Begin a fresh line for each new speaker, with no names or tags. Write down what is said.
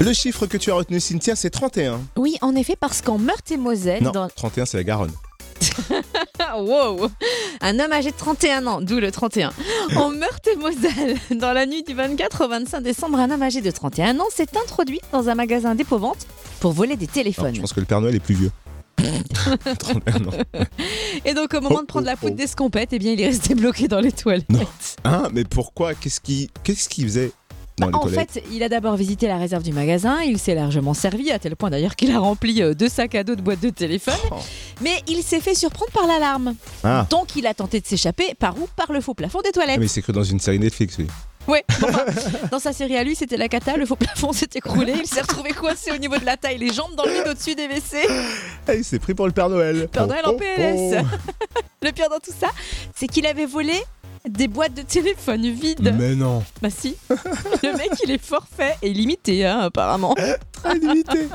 Le chiffre que tu as retenu, Cynthia, c'est 31.
Oui, en effet, parce qu'en Meurthe-et-Moselle,
Non,
dans- Ah,
31, c'est la Garonne.
Wow un homme âgé de 31 ans, d'où le 31, en Meurthe-et-Moselle, dans la nuit du 24 au 25 décembre, un homme âgé de 31 ans s'est introduit dans un magasin d'épouvante pour voler des
Non,
téléphones.
Ah, je pense que le Père Noël est plus vieux. 31 ans.
Et donc au moment de prendre la poudre d'escompette, eh bien il est resté bloqué dans les toilettes.
Oh, Non. Hein, mais pourquoi Qu'est-ce qu'il qu'est-ce qu'il faisait dans les
Ah, en
toilettes
fait, il a d'abord visité la réserve du magasin, il s'est largement servi, à tel point d'ailleurs qu'il a rempli euh, deux sacs à dos de boîtes de téléphone,
Oh.
mais il s'est fait surprendre par l'alarme.
Ah,
Donc il a tenté de s'échapper par où Par le faux plafond des toilettes.
mais c'est que dans une série Netflix, oui.
Ouais, bon, enfin, dans sa série à lui, c'était la cata, le faux plafond s'est écroulé, il s'est retrouvé coincé au niveau de la taille, les jambes dans le vide au-dessus des WC.
Ah, il s'est pris pour le Père Noël.
Père Noël en
Oh, oh,
PLS.
oh.
Le pire dans tout ça, c'est qu'il avait volé des boîtes de téléphone vides.
Mais non,
Bah si, le mec il est forfait et limité hein, apparemment.
très limité.